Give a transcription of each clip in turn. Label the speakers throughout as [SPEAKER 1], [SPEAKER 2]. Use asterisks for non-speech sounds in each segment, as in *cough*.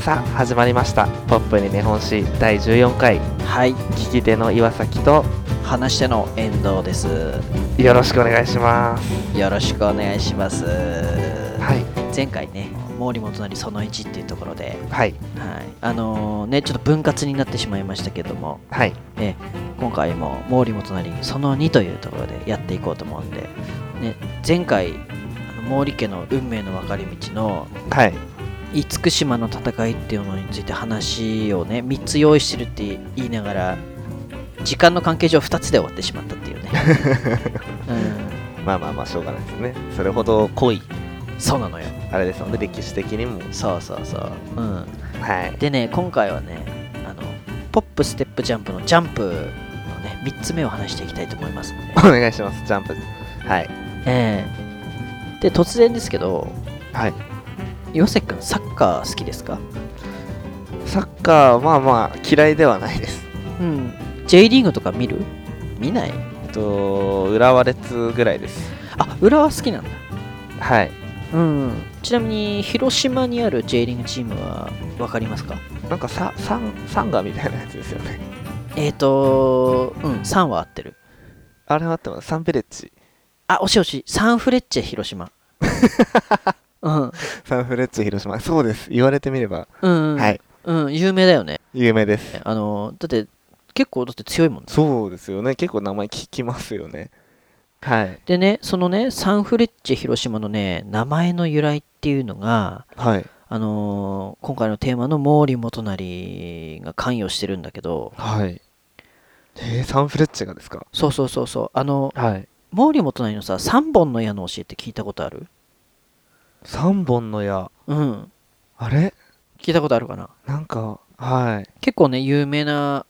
[SPEAKER 1] さあ始まりました「ポップに日本史」第14回
[SPEAKER 2] はい
[SPEAKER 1] 聞き手の岩崎と
[SPEAKER 2] 話しての遠藤です
[SPEAKER 1] よろしくお願いします
[SPEAKER 2] よろしくお願いします
[SPEAKER 1] はい
[SPEAKER 2] 前回ね毛利元就その1っていうところで、
[SPEAKER 1] はい
[SPEAKER 2] はい、あのーねちょっと分割になってしまいましたけども
[SPEAKER 1] はい
[SPEAKER 2] え今回も毛利元就その2というところでやっていこうと思うんで、ね、前回あの毛利家の運命の分かれ道の
[SPEAKER 1] はい
[SPEAKER 2] 厳島の戦いっていうのについて話をね3つ用意してるって言いながら時間の関係上2つで終わってしまったっていうね、
[SPEAKER 1] まあまあまあしょうがないですねそれほど濃い
[SPEAKER 2] うん、そうなのよ
[SPEAKER 1] あれですので歴史的にも
[SPEAKER 2] そうそうそう、うん、
[SPEAKER 1] はい
[SPEAKER 2] でね今回はねあのポップステップジャンプのジャンプのね3つ目を話していきたいと思いますので
[SPEAKER 1] お願いしますジャンプはい
[SPEAKER 2] ええで突然ですけど
[SPEAKER 1] はい
[SPEAKER 2] 岩崎君サッカー好きですか
[SPEAKER 1] サッカーまあまあ嫌いではないです
[SPEAKER 2] うん J リーグとか見る見ない
[SPEAKER 1] えっと浦和レッズぐらいです
[SPEAKER 2] あ浦和好きなんだ
[SPEAKER 1] はい
[SPEAKER 2] うんちなみに広島にある J リーグチームは分かりますか
[SPEAKER 1] なんかさサンサンガみたいなやつですよね
[SPEAKER 2] えっ、ー、とうん3は合ってる
[SPEAKER 1] あれはあってますサンベレッジ
[SPEAKER 2] あ惜しい惜しいサンフレッチェ広島 *laughs* うん
[SPEAKER 1] サンフレッチェ広島そうです言われてみれば、
[SPEAKER 2] うん、
[SPEAKER 1] はい
[SPEAKER 2] うん、有名だよね
[SPEAKER 1] 有名です
[SPEAKER 2] あのだって結構だって強いもんね
[SPEAKER 1] そうですよね結構名前聞きますよねはい
[SPEAKER 2] でねそのねサンフレッチェ広島のね名前の由来っていうのが
[SPEAKER 1] はい
[SPEAKER 2] あのー今回のテーマの毛利元就が関与してるんだけど
[SPEAKER 1] はいえー、サンフレッチェがですか
[SPEAKER 2] そうそうそうそうあの
[SPEAKER 1] はい
[SPEAKER 2] 毛利元就のさ3本の矢の教えって聞いたことある
[SPEAKER 1] 3本の矢
[SPEAKER 2] うん
[SPEAKER 1] あれ
[SPEAKER 2] 聞いたことあるかな
[SPEAKER 1] なんかはい
[SPEAKER 2] 結構ね有名な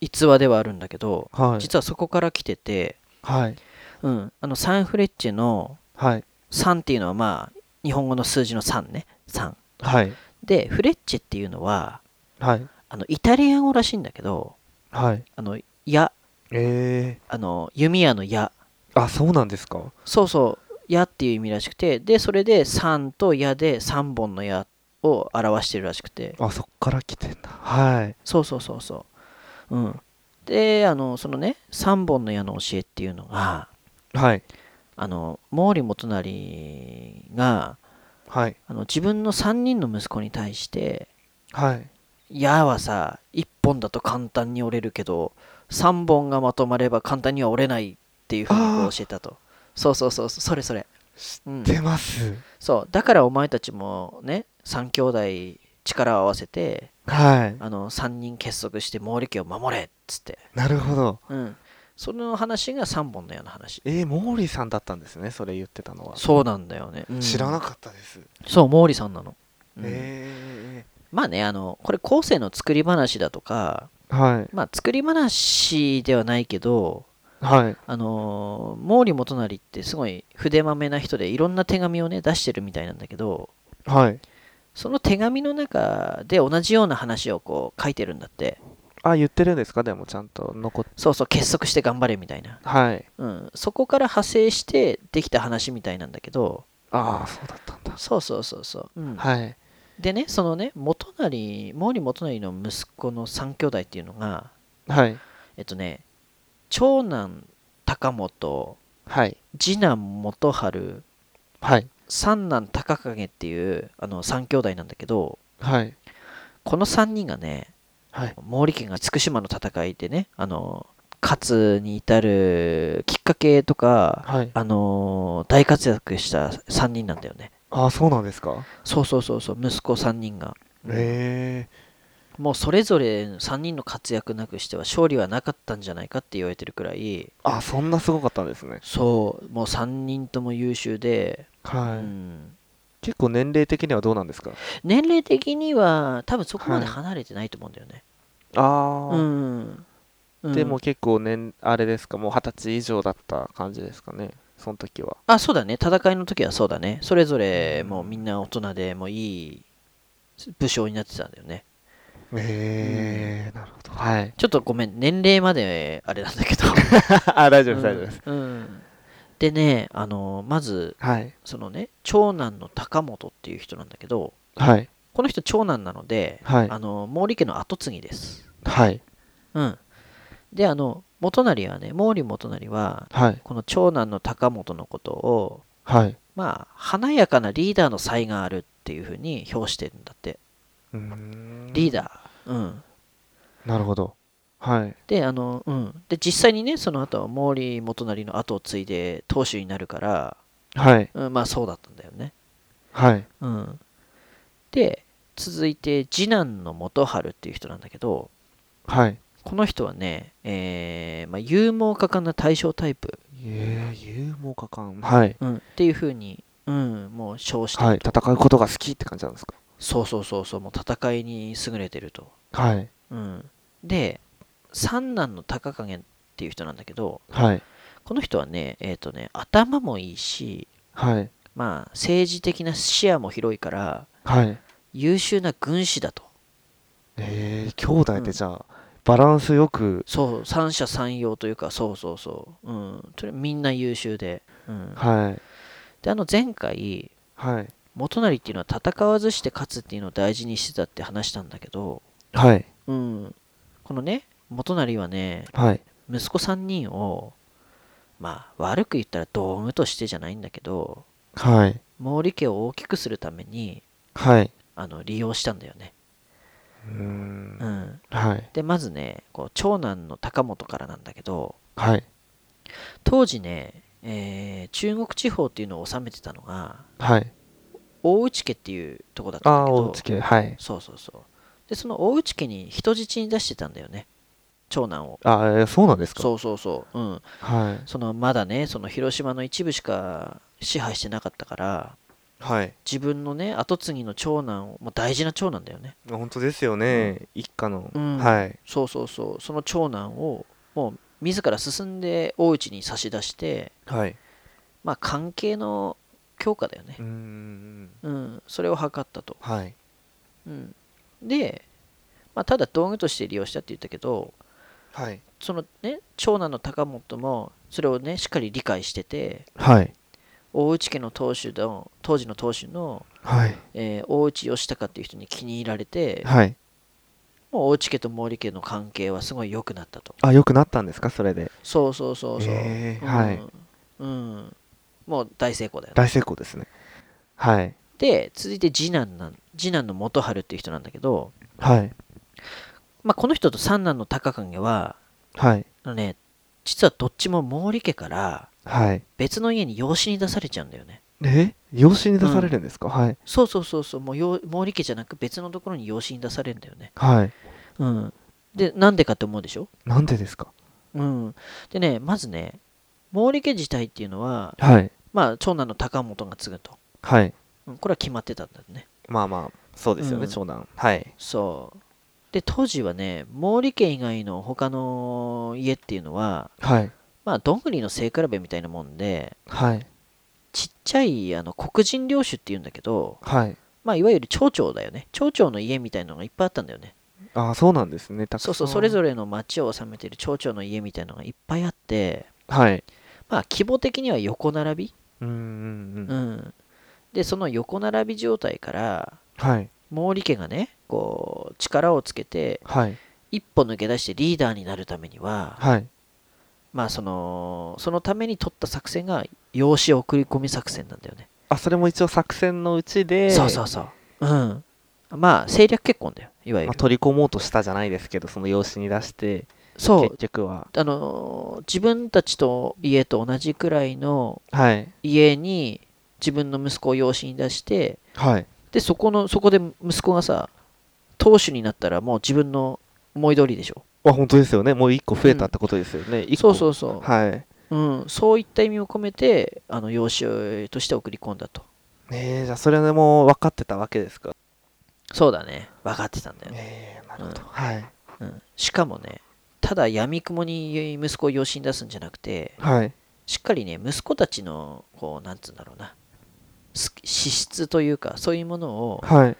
[SPEAKER 2] 逸話ではあるんだけど
[SPEAKER 1] はい
[SPEAKER 2] 実はそこから来てて、
[SPEAKER 1] はい
[SPEAKER 2] うん、あのサンフレッチェの
[SPEAKER 1] はい
[SPEAKER 2] 3っていうのはまあ日本語の数字の3ね3
[SPEAKER 1] はい
[SPEAKER 2] でフレッチェっていうのは
[SPEAKER 1] はい
[SPEAKER 2] あのイタリア語らしいんだけど
[SPEAKER 1] はい
[SPEAKER 2] あの矢
[SPEAKER 1] え
[SPEAKER 2] あの弓矢の矢
[SPEAKER 1] ー、あそうなんですか
[SPEAKER 2] そうそう矢っていう意味らしくてでそれで3と矢で3本の矢を表してるらしくて
[SPEAKER 1] あそっから来てんだはい
[SPEAKER 2] そうそうそうそううんであのそのね3本の矢の教えっていうのが
[SPEAKER 1] はい
[SPEAKER 2] あの毛利元就が
[SPEAKER 1] はい
[SPEAKER 2] あの自分の3人の息子に対して
[SPEAKER 1] はい
[SPEAKER 2] 矢はさ1本だと簡単に折れるけど3本がまとまれば簡単には折れないっていうふうにこ
[SPEAKER 1] あ
[SPEAKER 2] う
[SPEAKER 1] ー
[SPEAKER 2] 教えたとそうそうそうそうそれそれ、うん、
[SPEAKER 1] 出ます
[SPEAKER 2] そうだからお前たちもね3兄弟力を合わせて
[SPEAKER 1] はい
[SPEAKER 2] あの3人結束して毛利家を守れっつって、
[SPEAKER 1] なるほど
[SPEAKER 2] うん、その話が3本の矢の話
[SPEAKER 1] えー、モーリーさんだったんですねそれ言ってたのは
[SPEAKER 2] そうなんだよね、うん
[SPEAKER 1] 知らなかったです、
[SPEAKER 2] そう毛利さんなの、うん
[SPEAKER 1] え
[SPEAKER 2] まあねあのこれ後世の作り話だとか
[SPEAKER 1] ー、はい
[SPEAKER 2] まあ作り話ではないけど
[SPEAKER 1] はい
[SPEAKER 2] あのー毛利元就ってすごい筆まめな人でいろんな手紙をね出してるみたいなんだけど
[SPEAKER 1] はい
[SPEAKER 2] その手紙の中で同じような話をこう書いてるんだって
[SPEAKER 1] あ言ってるんですかでもちゃんと残っ
[SPEAKER 2] そうそう結束して頑張れみたいな、
[SPEAKER 1] はい
[SPEAKER 2] うん、そこから派生してできた話みたいなんだけど
[SPEAKER 1] ああそうだったんだ
[SPEAKER 2] そうそうそうそう、うん
[SPEAKER 1] はい
[SPEAKER 2] でねそのね元就毛利元就の息子の3兄弟っていうのが
[SPEAKER 1] はい
[SPEAKER 2] えっとね長男高本
[SPEAKER 1] はい
[SPEAKER 2] 次男元春
[SPEAKER 1] はい
[SPEAKER 2] 三男高影っていうあの3兄弟なんだけど
[SPEAKER 1] はい
[SPEAKER 2] この3人がね
[SPEAKER 1] はい
[SPEAKER 2] 毛利家が厳島の戦いでねあの勝つに至るきっかけとか
[SPEAKER 1] はい
[SPEAKER 2] あの大活躍した3人なんだよね
[SPEAKER 1] ああそうなんですか
[SPEAKER 2] そうそうそうそう息子3人が、
[SPEAKER 1] へえ
[SPEAKER 2] もうそれぞれ3人の活躍なくしては勝利はなかったんじゃないかって言われてるくらい
[SPEAKER 1] あそんなすごかったんですね
[SPEAKER 2] そうもう3人とも優秀で、
[SPEAKER 1] は
[SPEAKER 2] うん
[SPEAKER 1] 結構年齢的にはどうなんですか
[SPEAKER 2] 年齢的には多分そこまで
[SPEAKER 1] はい
[SPEAKER 2] 離れてないと思うんだよね、
[SPEAKER 1] ああ、
[SPEAKER 2] うんうん
[SPEAKER 1] でも結構年あれですかもう二十歳以上だった感じですかねその時は
[SPEAKER 2] あそうだね戦いの時はそうだねそれぞれもうみんな大人でもういい武将になってたんだよね
[SPEAKER 1] へえなるほどはい
[SPEAKER 2] ちょっとごめん年齢まであれなんだけ *laughs* ど
[SPEAKER 1] *laughs* あ大丈夫です大丈夫です、
[SPEAKER 2] うんうんでねあのまず
[SPEAKER 1] はい
[SPEAKER 2] そのね長男の高本っていう人なんだけど
[SPEAKER 1] はい
[SPEAKER 2] この人長男なので、
[SPEAKER 1] はい
[SPEAKER 2] あの毛利家の跡継ぎです。
[SPEAKER 1] はい。
[SPEAKER 2] うん。で、あの、元就はね、毛利元就は、
[SPEAKER 1] はい。
[SPEAKER 2] この長男の高本のことを、
[SPEAKER 1] はい。
[SPEAKER 2] まあ、華やかなリーダーの才があるっていうふうに評してるんだって。
[SPEAKER 1] うーん
[SPEAKER 2] リーダー。うん。
[SPEAKER 1] なるほど。はい。
[SPEAKER 2] で、あの、うん。で、実際にね、その後は毛利元就の後を継いで当主になるから、
[SPEAKER 1] はい。
[SPEAKER 2] うん、まあそうだったんだよね。
[SPEAKER 1] はい。
[SPEAKER 2] うん。で、続いて、次男の元春っていう人なんだけど、
[SPEAKER 1] はい。
[SPEAKER 2] この人はね、えーまあ、勇猛果敢な対象タイプ、
[SPEAKER 1] ええ、勇猛果敢。はい。
[SPEAKER 2] うん、っていうふうに、うん、もう称してると、
[SPEAKER 1] はい。戦うことが好きって感じなんですか
[SPEAKER 2] そうそうそうそう、もう戦いに優れてると。
[SPEAKER 1] はい。
[SPEAKER 2] うん、で、三男の高影っていう人なんだけど、
[SPEAKER 1] はい。
[SPEAKER 2] この人はね、えっ、とね、頭もいいし、
[SPEAKER 1] はい。
[SPEAKER 2] まあ、政治的な視野も広いから、
[SPEAKER 1] はい。
[SPEAKER 2] 優秀な軍師だと。
[SPEAKER 1] ええ、兄弟ってじゃあ、バランスよく、
[SPEAKER 2] そう、三者三様というか、そうそうそう。うん、それみんな優秀で。うん、
[SPEAKER 1] はい。
[SPEAKER 2] で、あの、前回、
[SPEAKER 1] はい。
[SPEAKER 2] 元就っていうのは戦わずして勝つっていうのを大事にしてたって話したんだけど、
[SPEAKER 1] はい。
[SPEAKER 2] うん、このね元就はね
[SPEAKER 1] はい。
[SPEAKER 2] 息子3人をまあ悪く言ったら道具としてじゃないんだけど
[SPEAKER 1] はい。
[SPEAKER 2] 毛利家を大きくするために
[SPEAKER 1] はい。
[SPEAKER 2] あの利用したんだよね、
[SPEAKER 1] うーん
[SPEAKER 2] う。ん、
[SPEAKER 1] はい。
[SPEAKER 2] でまずねこう長男の高本からなんだけど
[SPEAKER 1] はい。
[SPEAKER 2] 当時ね、えー中国地方っていうのを治めてたのが
[SPEAKER 1] はい。
[SPEAKER 2] 大内家っていうとこだっ
[SPEAKER 1] あ
[SPEAKER 2] た
[SPEAKER 1] あ、
[SPEAKER 2] んだけ
[SPEAKER 1] 大
[SPEAKER 2] ど
[SPEAKER 1] 付け。はい。
[SPEAKER 2] そうそうそうでその大内家に人質に出してたんだよね長男を
[SPEAKER 1] ああ、えーそうなんですか
[SPEAKER 2] そうそうそううん
[SPEAKER 1] はい。
[SPEAKER 2] そのまだねその広島の一部しか支配してなかったから
[SPEAKER 1] はい。
[SPEAKER 2] 自分のね跡継ぎの長男をもう大事な長男だよね
[SPEAKER 1] 本当ですよね。一家の。
[SPEAKER 2] うん
[SPEAKER 1] はい。
[SPEAKER 2] そうそうそうその長男をもう自ら進んで大内に差し出して
[SPEAKER 1] はい。
[SPEAKER 2] まあ関係の強化だよね
[SPEAKER 1] うーん。
[SPEAKER 2] うんそれを図ったと、
[SPEAKER 1] はい。
[SPEAKER 2] うん、で、まあ、ただ道具として利用したって言ったけど
[SPEAKER 1] はい。
[SPEAKER 2] そのね長男の高本もそれをねしっかり理解してて
[SPEAKER 1] はい。
[SPEAKER 2] 大内家の当主の当時の当主の
[SPEAKER 1] はい。
[SPEAKER 2] えー大内義孝っていう人に気に入られて、
[SPEAKER 1] はい。
[SPEAKER 2] もう大内家と毛利家の関係はすごい良くなったと。
[SPEAKER 1] あ、良くなったんですかそれで。
[SPEAKER 2] そうそうそうそう。
[SPEAKER 1] へー
[SPEAKER 2] うん
[SPEAKER 1] はい。
[SPEAKER 2] うん。もう大成功だよね、
[SPEAKER 1] 大成功ですね。はい。
[SPEAKER 2] で、続いて次男なん次男の元春っていう人なんだけど、
[SPEAKER 1] はい。
[SPEAKER 2] まあ、この人と三男の高影は、
[SPEAKER 1] はい。
[SPEAKER 2] あのね、実はどっちも毛利家から
[SPEAKER 1] はい。
[SPEAKER 2] 別の家に養子に出されちゃうんだよね。
[SPEAKER 1] え養子に出されるんですか、はい。
[SPEAKER 2] そうそうそうそう、もう養毛利家じゃなく別のところに養子に出されるんだよね。
[SPEAKER 1] はい。
[SPEAKER 2] うん。で、なんでかって思うでしょ
[SPEAKER 1] なんでですか
[SPEAKER 2] うん、でねまずね毛利家自体っていうのは、
[SPEAKER 1] はい。
[SPEAKER 2] まあ、長男の高本が継ぐと、
[SPEAKER 1] はい。
[SPEAKER 2] うんこれは決まってたんだよね
[SPEAKER 1] まあまあ、そうですよね、
[SPEAKER 2] うん
[SPEAKER 1] 長男。はい。
[SPEAKER 2] そうで当時はね毛利家以外の他の家っていうのは
[SPEAKER 1] はい。
[SPEAKER 2] まあどんぐりの背比べみたいなもんで
[SPEAKER 1] はい。
[SPEAKER 2] ちっちゃいあの黒人領主っていうんだけど
[SPEAKER 1] はい。
[SPEAKER 2] まあいわゆる町長だよね町長の家みたいのがいっぱいあったんだよね
[SPEAKER 1] ああ、そうなんですね。たくさ
[SPEAKER 2] そ
[SPEAKER 1] ん
[SPEAKER 2] うそうそれぞれの町を治めてる町長の家みたいのがいっぱいあって
[SPEAKER 1] はい。
[SPEAKER 2] まあ規模的には横並び
[SPEAKER 1] うんうん
[SPEAKER 2] う
[SPEAKER 1] うん。
[SPEAKER 2] ん、でその横並び状態から
[SPEAKER 1] はい。
[SPEAKER 2] 毛利家がねこう力をつけて
[SPEAKER 1] はい。
[SPEAKER 2] 一歩抜け出してリーダーになるためには、
[SPEAKER 1] はい。
[SPEAKER 2] まあそのそのために取った作戦が養子送り込み作戦なんだよね、
[SPEAKER 1] あ、それも一応作戦のうちで、
[SPEAKER 2] そうそうそううんまあ政略結婚だよいわゆ
[SPEAKER 1] まあ、
[SPEAKER 2] る
[SPEAKER 1] 取り込もうとしたじゃないですけど、その養子に出して、
[SPEAKER 2] そ
[SPEAKER 1] 結局は。
[SPEAKER 2] うあのー自分たちと家と同じくらいの
[SPEAKER 1] はい。
[SPEAKER 2] 家に自分の息子を養子に出して
[SPEAKER 1] はい。
[SPEAKER 2] でそこのそこで息子がさ当主になったらもう自分の思い通りでしょ
[SPEAKER 1] あ、本当ですよね。もう一個増えたってことですよね。一
[SPEAKER 2] そ
[SPEAKER 1] 個
[SPEAKER 2] うそうそう、
[SPEAKER 1] はい。
[SPEAKER 2] うん、そういった意味を込めてあの養子として送り込んだと
[SPEAKER 1] えー、じゃあそれでもう分かってたわけですか。
[SPEAKER 2] そうだね分かってたんだよね、
[SPEAKER 1] えー、な
[SPEAKER 2] るほど
[SPEAKER 1] はい。
[SPEAKER 2] うん、しかもねただ闇雲に息子を養子に出すんじゃなくて
[SPEAKER 1] はい。
[SPEAKER 2] しっかりね息子たちのこうなんつうんだろうなす資質というかそういうものを
[SPEAKER 1] はい。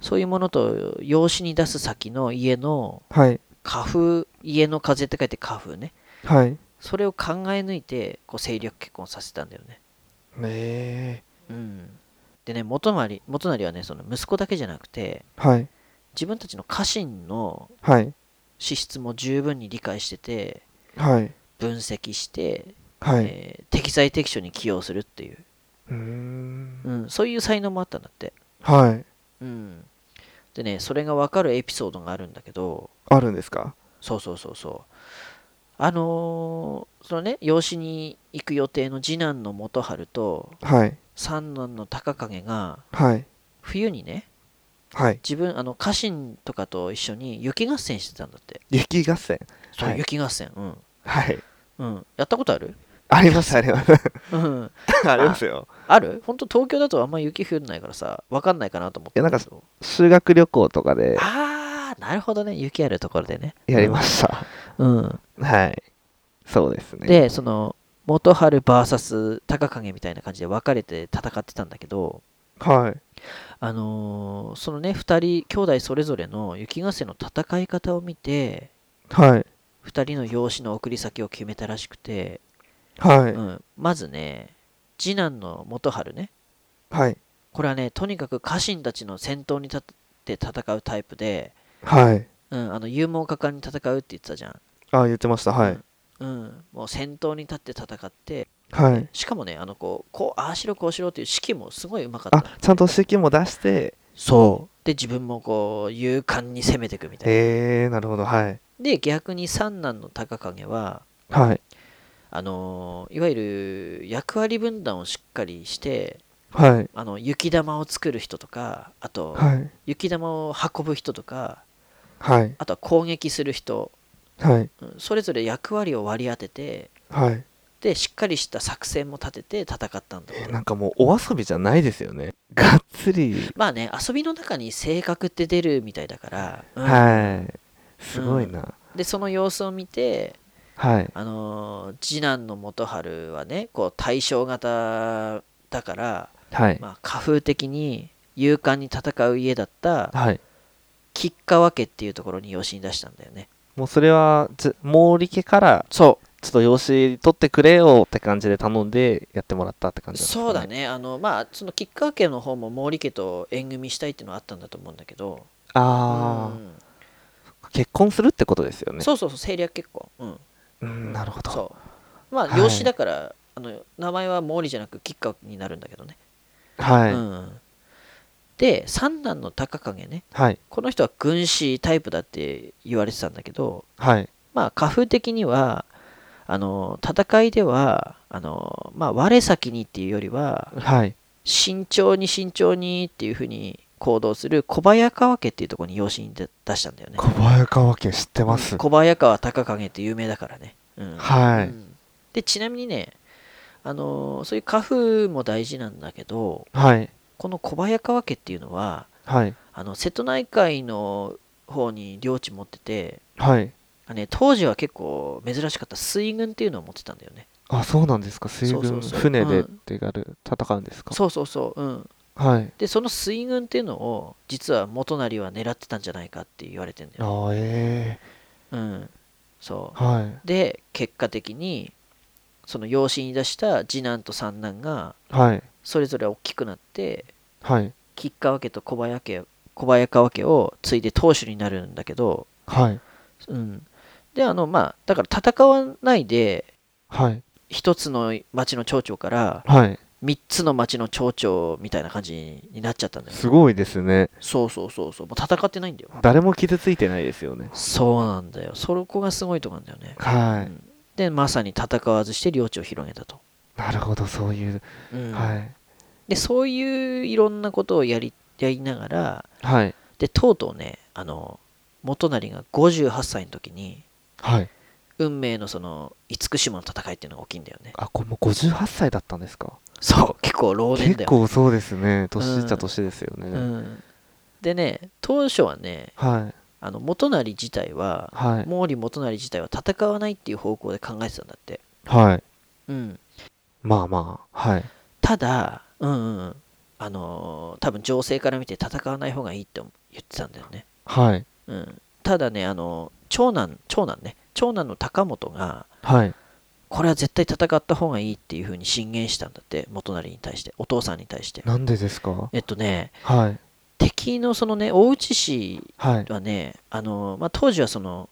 [SPEAKER 2] そういうものと養子に出す先の家の
[SPEAKER 1] はい。
[SPEAKER 2] 家風家の風って書いて家風ね
[SPEAKER 1] はい。
[SPEAKER 2] それを考え抜いてこう政略結婚させたんだよね
[SPEAKER 1] え
[SPEAKER 2] うんでね元就元就はねその息子だけじゃなくて
[SPEAKER 1] はい。
[SPEAKER 2] 自分たちの家臣の
[SPEAKER 1] はい。
[SPEAKER 2] 資質も十分に理解してて
[SPEAKER 1] はい。
[SPEAKER 2] 分析して、
[SPEAKER 1] はい。
[SPEAKER 2] えー適材適所に起用するっていう、
[SPEAKER 1] うーん。
[SPEAKER 2] うん、そういう才能もあったんだって、
[SPEAKER 1] はい。
[SPEAKER 2] うん、でねそれが分かるエピソードがあるんだけど
[SPEAKER 1] あるんですか
[SPEAKER 2] そうそうそうそうあのーそのね養子に行く予定の次男の元春と
[SPEAKER 1] はい。
[SPEAKER 2] 三男の高影が
[SPEAKER 1] はい。
[SPEAKER 2] 冬にね
[SPEAKER 1] はい。
[SPEAKER 2] 自分あの家臣とかと一緒に雪合戦してたんだって
[SPEAKER 1] 雪合戦。
[SPEAKER 2] そう、
[SPEAKER 1] はい
[SPEAKER 2] 雪合戦うん
[SPEAKER 1] はい。
[SPEAKER 2] うんやったことある
[SPEAKER 1] あります、あります。
[SPEAKER 2] うん
[SPEAKER 1] *laughs* ありますよ。
[SPEAKER 2] ある本当東京だとあんま雪降んないからさわかんないかなと思って
[SPEAKER 1] いやなんか
[SPEAKER 2] けど
[SPEAKER 1] 修学旅行とかで
[SPEAKER 2] ああなるほどね雪あるところでね
[SPEAKER 1] やりました。
[SPEAKER 2] うん、
[SPEAKER 1] はい。そうですね。
[SPEAKER 2] でその元春 VS 高影みたいな感じで分かれて戦ってたんだけど
[SPEAKER 1] はい。
[SPEAKER 2] あのーそのね2人兄弟それぞれの雪合戦の戦い方を見て
[SPEAKER 1] はい。
[SPEAKER 2] 2人の養子の送り先を決めたらしくて、う
[SPEAKER 1] は
[SPEAKER 2] ん、まずね次男の元春ね
[SPEAKER 1] い。はい。
[SPEAKER 2] これはねとにかく家臣たちの先頭に立って戦うタイプで、
[SPEAKER 1] はい。
[SPEAKER 2] うん、あの勇猛果敢に戦うって言ってたじゃん、
[SPEAKER 1] あ、言ってました。はい。
[SPEAKER 2] うん、もう先頭に立って戦って
[SPEAKER 1] はい。
[SPEAKER 2] しかもねあのこうこうああしろこうしろっていう指揮もすごいうまかっ
[SPEAKER 1] あ
[SPEAKER 2] た、
[SPEAKER 1] ちゃんと指揮も出して、
[SPEAKER 2] そうで自分もこう勇敢に攻めていくみたいな
[SPEAKER 1] えー、なるほど。はい。
[SPEAKER 2] で逆に三男の高影は
[SPEAKER 1] はい。
[SPEAKER 2] あのーいわゆる役割分担をしっかりして
[SPEAKER 1] はい。
[SPEAKER 2] あの雪玉を作る人とかあと
[SPEAKER 1] はい。
[SPEAKER 2] 雪玉を運ぶ人とか
[SPEAKER 1] はい。
[SPEAKER 2] あとは攻撃する人、
[SPEAKER 1] はい。
[SPEAKER 2] うんそれぞれ役割を割り当てて
[SPEAKER 1] はい。
[SPEAKER 2] でしっかりした作戦も立てて戦ったんだって
[SPEAKER 1] え、なんかもうお遊びじゃないですよね。がっつり。
[SPEAKER 2] まあね遊びの中に性格って出るみたいだから、うん
[SPEAKER 1] はい。すごいな。
[SPEAKER 2] でその様子を見て、
[SPEAKER 1] はい。
[SPEAKER 2] あのー次男の元春はねこう対象型だから、
[SPEAKER 1] はい。
[SPEAKER 2] まあ、家風的に勇敢に戦う家だった
[SPEAKER 1] はい。
[SPEAKER 2] 吉川家っていうところに養子に出したんだよね
[SPEAKER 1] もうそれは、じ毛利家から、
[SPEAKER 2] そ
[SPEAKER 1] ちょっと養子取ってくれよって感じで頼んでやってもらったって感
[SPEAKER 2] う
[SPEAKER 1] じなんですか、ね、
[SPEAKER 2] そうだ。ねあのまあその吉川家の方も毛利家と縁組したいっていうのはあったんだと思うんだけど
[SPEAKER 1] あ
[SPEAKER 2] うん
[SPEAKER 1] あ、結婚するってことですよね。
[SPEAKER 2] そうそうそう政略結婚うん
[SPEAKER 1] うん、なるほど。
[SPEAKER 2] そうま
[SPEAKER 1] は
[SPEAKER 2] あ
[SPEAKER 1] い
[SPEAKER 2] 養子だから、あの名前は毛利じゃなく吉川になるんだけどね、
[SPEAKER 1] はい、
[SPEAKER 2] うん、で三男の高影ね
[SPEAKER 1] はい。
[SPEAKER 2] この人は軍師タイプだって言われてたんだけど
[SPEAKER 1] はい。
[SPEAKER 2] まあ家風的にはあの戦いではあの、まあ、我先にっていうよりは
[SPEAKER 1] はい。
[SPEAKER 2] 慎重に慎重にっていうふうに行動する小早川家っていうところに養子に出出したんだよね
[SPEAKER 1] 小早川家知ってます。
[SPEAKER 2] 小早川高影って有名だからね、うん、
[SPEAKER 1] はい
[SPEAKER 2] うんでちなみにねあのーそういう家風も大事なんだけど
[SPEAKER 1] はい。
[SPEAKER 2] この小早川家っていうのは
[SPEAKER 1] はい。
[SPEAKER 2] あの瀬戸内海の方に領地持ってて、
[SPEAKER 1] はい。
[SPEAKER 2] あね、当時は結構珍しかった水軍っていうのを持ってたんだよね
[SPEAKER 1] あ、そうなんですか。水軍、
[SPEAKER 2] そうそうそう
[SPEAKER 1] 船で
[SPEAKER 2] う
[SPEAKER 1] っ
[SPEAKER 2] ん
[SPEAKER 1] てる戦うんですか。
[SPEAKER 2] そうそうそううん
[SPEAKER 1] はい。
[SPEAKER 2] でその水軍っていうのを実は元就は狙ってたんじゃないかって言われてんだ
[SPEAKER 1] あ
[SPEAKER 2] よ、
[SPEAKER 1] ーえ
[SPEAKER 2] うんそう
[SPEAKER 1] えは
[SPEAKER 2] で結果的にその養子に出した次男と三男が
[SPEAKER 1] い。はい。
[SPEAKER 2] それぞれ大きくなって
[SPEAKER 1] はい。
[SPEAKER 2] 吉川家と小早家小早川家を継いで当主になるんだけど、
[SPEAKER 1] はい。
[SPEAKER 2] うん、であのまあだから戦わないで
[SPEAKER 1] はい。
[SPEAKER 2] 一つの町の町長から
[SPEAKER 1] はい。
[SPEAKER 2] 三つの町の町長みたいな感じになっちゃったんだよ
[SPEAKER 1] すごいですね。
[SPEAKER 2] そうそうそうそうもう戦ってないんだよ
[SPEAKER 1] 誰も傷ついてないですよね。
[SPEAKER 2] そうなんだよそこがすごいとこなんだよね
[SPEAKER 1] は
[SPEAKER 2] うんでまさに戦わずして領地を広げたと、
[SPEAKER 1] い。なるほど、そういう。
[SPEAKER 2] うん
[SPEAKER 1] はい。
[SPEAKER 2] でそういういろんなことをやりやりながら
[SPEAKER 1] はい。
[SPEAKER 2] でとうとうねあの元就が58歳の時に
[SPEAKER 1] はい。
[SPEAKER 2] 運命のその厳島の戦いっていうのが大きいんだよね
[SPEAKER 1] あ、これもう58歳だったんですか。
[SPEAKER 2] そう結構老
[SPEAKER 1] 結
[SPEAKER 2] 年だよね、
[SPEAKER 1] 構そうですね。年いった年ですよね。
[SPEAKER 2] うん、でね当初はね
[SPEAKER 1] はい。
[SPEAKER 2] あの元就自体は
[SPEAKER 1] はい。
[SPEAKER 2] 毛利元就自体は戦わないっていう方向で考えてたんだって、
[SPEAKER 1] はい。
[SPEAKER 2] うん、
[SPEAKER 1] まあまあ。はい。
[SPEAKER 2] ただうんうんうんあのー多分情勢から見て戦わない方がいいって言ってたんだよね、
[SPEAKER 1] はい。
[SPEAKER 2] うん、ただねあの長男長男ね長男の高本が
[SPEAKER 1] はい。
[SPEAKER 2] これは絶対戦った方がいいっていうふうに進言したんだって元就に対してお父さんに対して
[SPEAKER 1] なんでですか
[SPEAKER 2] えっとね
[SPEAKER 1] はい。
[SPEAKER 2] 敵のそのね大内氏
[SPEAKER 1] はい。
[SPEAKER 2] はねあの、まあ、当時はその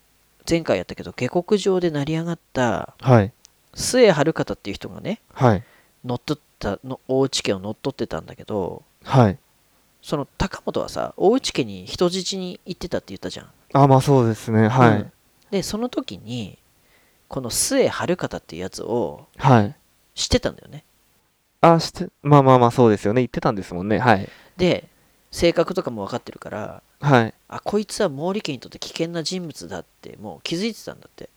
[SPEAKER 2] 前回やったけど下克上で成り上がった
[SPEAKER 1] はい。
[SPEAKER 2] 末春方っていう人がね
[SPEAKER 1] はい。
[SPEAKER 2] 乗っ取ったの大内家を乗っ取ってたんだけど
[SPEAKER 1] はい。
[SPEAKER 2] その高本はさ大内家に人質に行ってたって言ったじゃん
[SPEAKER 1] あ、まあそうですね。は
[SPEAKER 2] う
[SPEAKER 1] い
[SPEAKER 2] ん。でその時にこの末春方っていうやつを
[SPEAKER 1] はい。
[SPEAKER 2] 知ってたんだよね
[SPEAKER 1] あ、して、まあまあまあそうですよね。言ってたんですもんね。はい。
[SPEAKER 2] で性格とかも分かってるから
[SPEAKER 1] はい。
[SPEAKER 2] あこいつは毛利家にとって危険な人物だってもう気づいてたんだって、